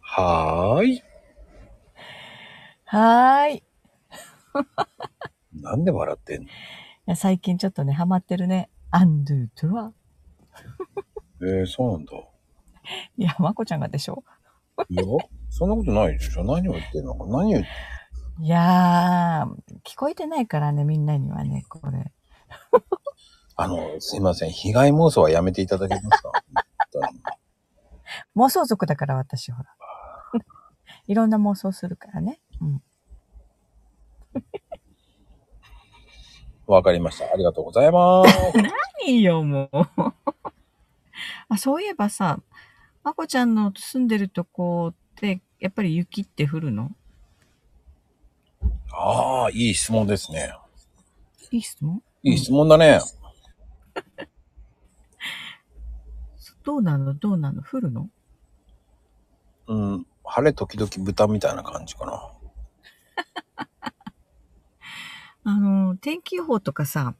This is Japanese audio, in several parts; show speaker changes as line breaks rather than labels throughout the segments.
はーい。
はーい。い
なんで笑ってんの
や最近ちょっとね、ハマってるね。アンドゥトゥア。
えー、そうなんだ。
いや、まこちゃんがでしょ
いや、そんなことないでしょ。何を言ってんのか。何を言って
いやー、聞こえてないからね、みんなにはね、これ。
あの、すいません。被害妄想はやめていただけますか本
妄想族だから私、ほら。 いろんな妄想するからね。うん。
当にわかりました。ありがとうございます。
いいよ、もう。あ、そういえばさ、まこちゃんの住んでるとこって、やっぱり雪って降るの
ああ、いい質問ですね。
いい質問
いい質問だね。
どうなのどうなの降るの
うん。晴れ時々豚みたいな感じかな。
あの、天気予報とかさ、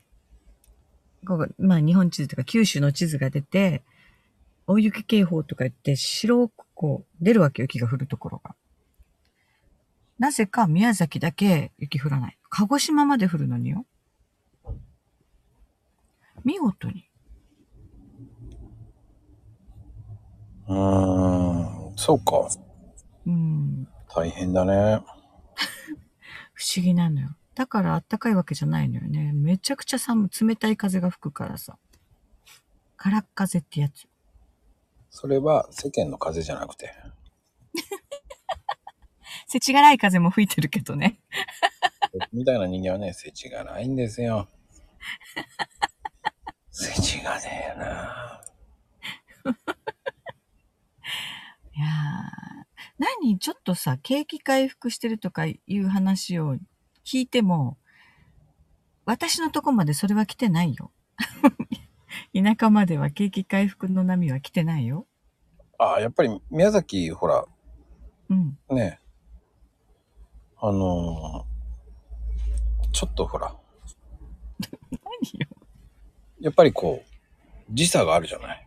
ここまあ日本地図とか九州の地図が出て、大雪警報とか言って白くこう出るわけよ雪が降るところが。なぜか宮崎だけ雪降らない。鹿児島まで降るのによ。見事に。
うーん。そうか。
うん。
大変だね。
不思議なのよ。だからあったかいわけじゃないのよね。めちゃくちゃ寒い、冷たい風が吹くからさ。空っ風ってやつ。
それは世間の風じゃなくて。
せちがらい風も吹いてるけどね。
僕みたいな人間はね、世知がないんですよ。 世知がねえな。
いやー何ちょっとさ、景気回復してるとかいう話を聞いても、私のとこまでそれは来てないよ。 田舎までは景気回復の波は来てないよ。
ああ、やっぱり宮崎、ほら、
うん。
ね、あのーちょっとほら、
何よ。
やっぱりこう、時差があるじゃない。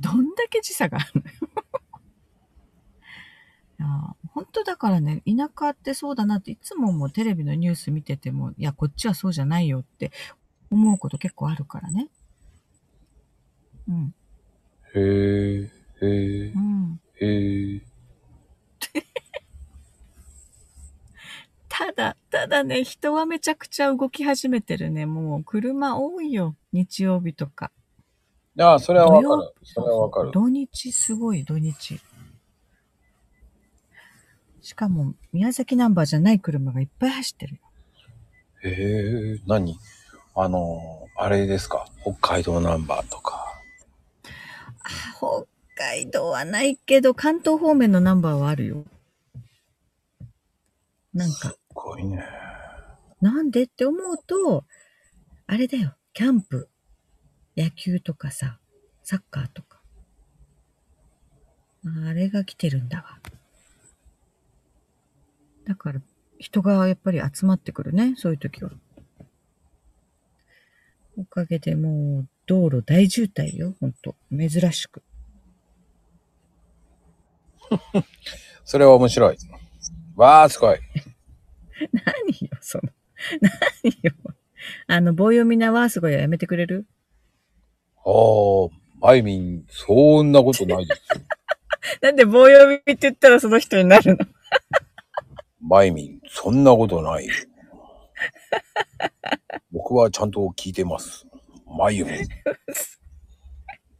どんだけ時差があるのよ。 いやー本当だからね、田舎ってそうだなっていつももうテレビのニュース見てても、いや、こっちはそうじゃないよって思うこと結構あるからね。うん。
へえ、へえ
う、ん。
へえ。
ただ、ただね、人はめちゃくちゃ動き始めてるね。もう車多いよ。日曜日とか。
ああ、それはわ
土
か
曜
る。それはわかる。
土日すごい、土日。しかも、宮崎ナンバーじゃない車がいっぱい走ってるよ。
へえ、何あのーあれですか。北海道ナンバーとか。
あ北海道はないけど、関東方面のナンバーはあるよ。なんか、
すごいね。
なんでって思うと、あれだよ、キャンプ、野球とかさ、サッカーとか。あれが来てるんだわ。だから、人がやっぱり集まってくるね、そういう時は。おかげでもう、道路大渋滞よ、ほんと。珍しく。
それは面白い。わあ、すごい。
何よ、その。何よ。あの、棒読みなワースゴややめてくれる
ああ、あいみん、そんなことないですよ。
なんで棒読みって言ったらその人になるの
まいみん、そんなことない よ。僕はちゃんと聞いてます。まゆみん、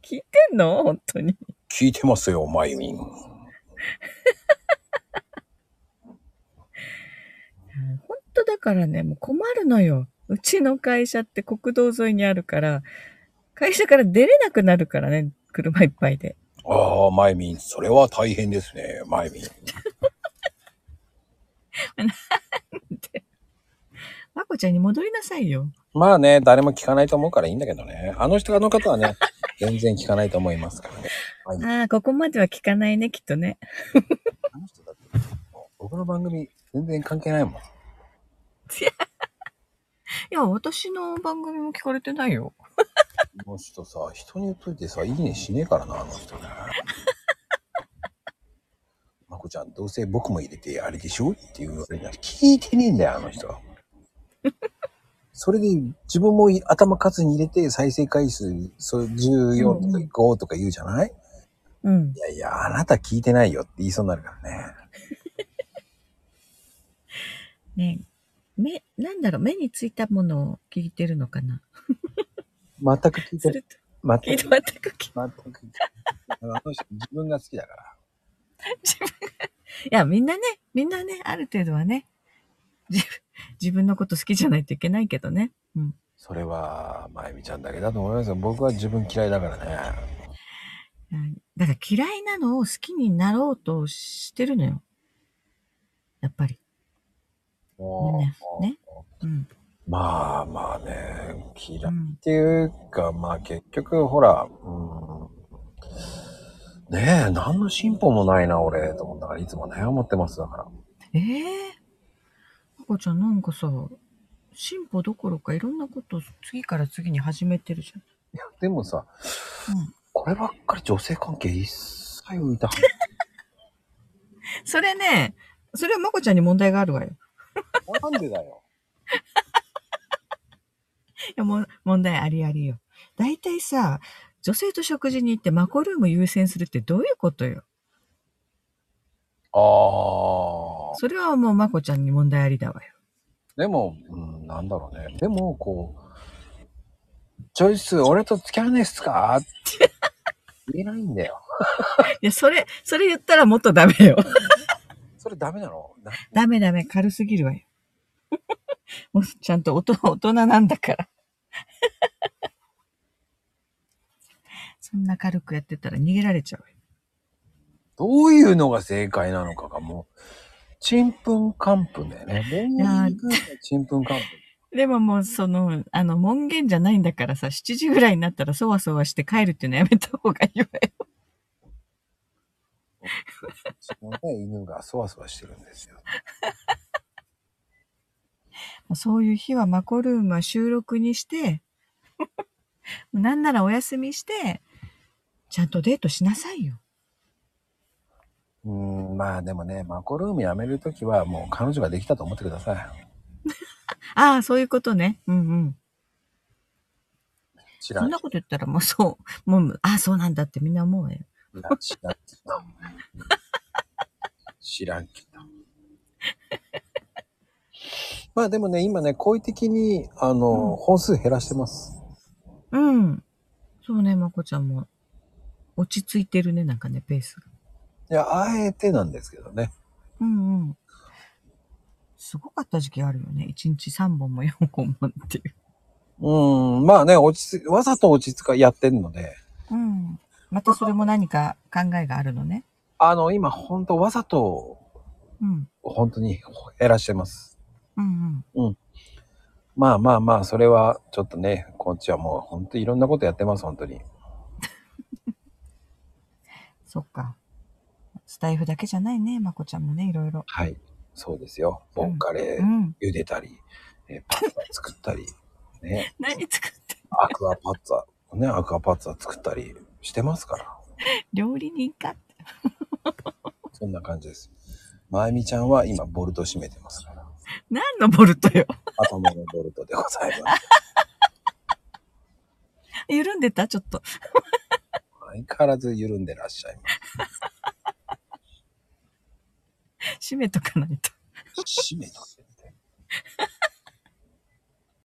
聞いてんの本当に。
聞いてますよ、まゆみん。
本当だからね、もう困るのよ。うちの会社って国道沿いにあるから、会社から出れなくなるからね、車いっぱいで。
ああ、まゆみん、それは大変ですね、まゆみん。
まこちゃんに戻りなさいよ。
まあね、誰も聞かないと思うからいいんだけどね。あの人、あの方はね、全然聞かないと思いますからね。まゆみん
ああ、ここまでは聞かないね、きっとね。
あの人だって、もう僕の番組、全然関係ないもん。
いや、私の番組も聞かれてないよ。
あの人 さ、人に言っといてさ、いいねしねえからな、あの人ね。ちゃん、どうせ僕も入れてあれでしょっていうわけじゃない聞いてねえんだよ、あの 人は。それで自分も頭数に入れて再生回数、それ14とか5とか言うじゃない、
うん
い。やいや、あなた聞いてないよって言いそうになるからね。
ね目、なんだろう、目についたものを聞いてるのかな。
全く聞い
そ
てない。全
れと、聞い
く
て。全く聞い
全く聞いてない。あの人、自分が好きだから。
いや、みんなね、みんなね、ある程度はね、自分自分のこと好きじゃないといけないけどね。うん。
それは、まゆみちゃんだけだと思いますよ。僕は自分嫌いだからね。
うんだから嫌いなのを好きになろうとしてるのよ。やっぱり。
もう、
ねうん。
まあまあね、嫌
う
いっ
ん、
ていうか、まあ結局、ほら、うん、ねえ、何の進歩もないな、俺、と思ったから、いつもね、思ってます、だから。
ええー。赤ちゃんなんかさ、進歩どころかいろんなことを次から次に始めてるじ
いや、でもさ、
ゃん。うん。
こればっかり女性関係一切浮いた。
それね、それはまこちゃんに問題があるわよ。
なんでだよ。
いや、もう、問題ありありよ。大体さ、女性と食事に行ってマコルーム優先するってどういうことよ。
ああ。
それはもうまこちゃんに問題ありだわよ。
でも、うん、なんだろうね。でも、こう、チョイス、俺と付き合わないっすかって言えないんだよ。
いや、それ、それ言ったらもっとダメよ。
それダメなのな
ダメダメ、軽すぎるわよ。もうちゃんと大人大人なんだから。そんな軽くやってたら逃げられちゃうわよ。
どういうのが正解なのかがもう、ちんぷんかんぷんだよね。モーニングちんぷんかんぷん。
でももうその、あの、門限じゃないんだからさ、7時ぐらいになったらそわそわして帰るっていうのやめた方がいいわよ。
そのね、犬がそわそわしてるんですよ。
そういう日はマコルームは収録にして、なんならお休みして、ちゃんとデートしなさいよ。
うーん、まあでもね、マコルームやめるときはもう彼女ができたと思ってください。
ああ、そういうことね。うんうん。
知ら
そん
ん
な。こと言ったらもうそう、 もう、ああ、そうなんだってみんな思うわよ。
知らん知らんけど。知らんけど。まあでもね、今ね、好意的に、あの、
うん
本数減らしてます。
うん。そうね、まこちゃんも。落ち着いてるね、なんかね、ペースが。
いや、あえてなんですけどね。
うんうん。すごかった時期あるよね。1日3本も4本もっていう。
うーん、まあね、落ち着、わざと落ち着かやってんので、
うん。またそれも何か考えがあるのね。
あの、今、ほんとわざと、
うん。
本当に減らしてます。
うんうん。
まあまあまあ、それは、ちょっとね、こっちはもう、ほんといろんなことやってます、本当に。
そっか。スタイフだけじゃないね、まこちゃんもね、いろいろ。
はい。そうですよ。ボンカレ
う
ー、
ん。
茹でたり、えーパスタ作ったり、ね。
何作って
アクアパッツァ、ね、アクアパッツァ作ったりしてますから。
料理人かって。
そんな感じです。まゆみちゃんは今、ボルト締めてますから。
何のボルトよ。
頭のボルトでございます。
緩んでたちょっと。
相変わらず緩んでらっしゃいます。
締めとかないと。
締めとけ。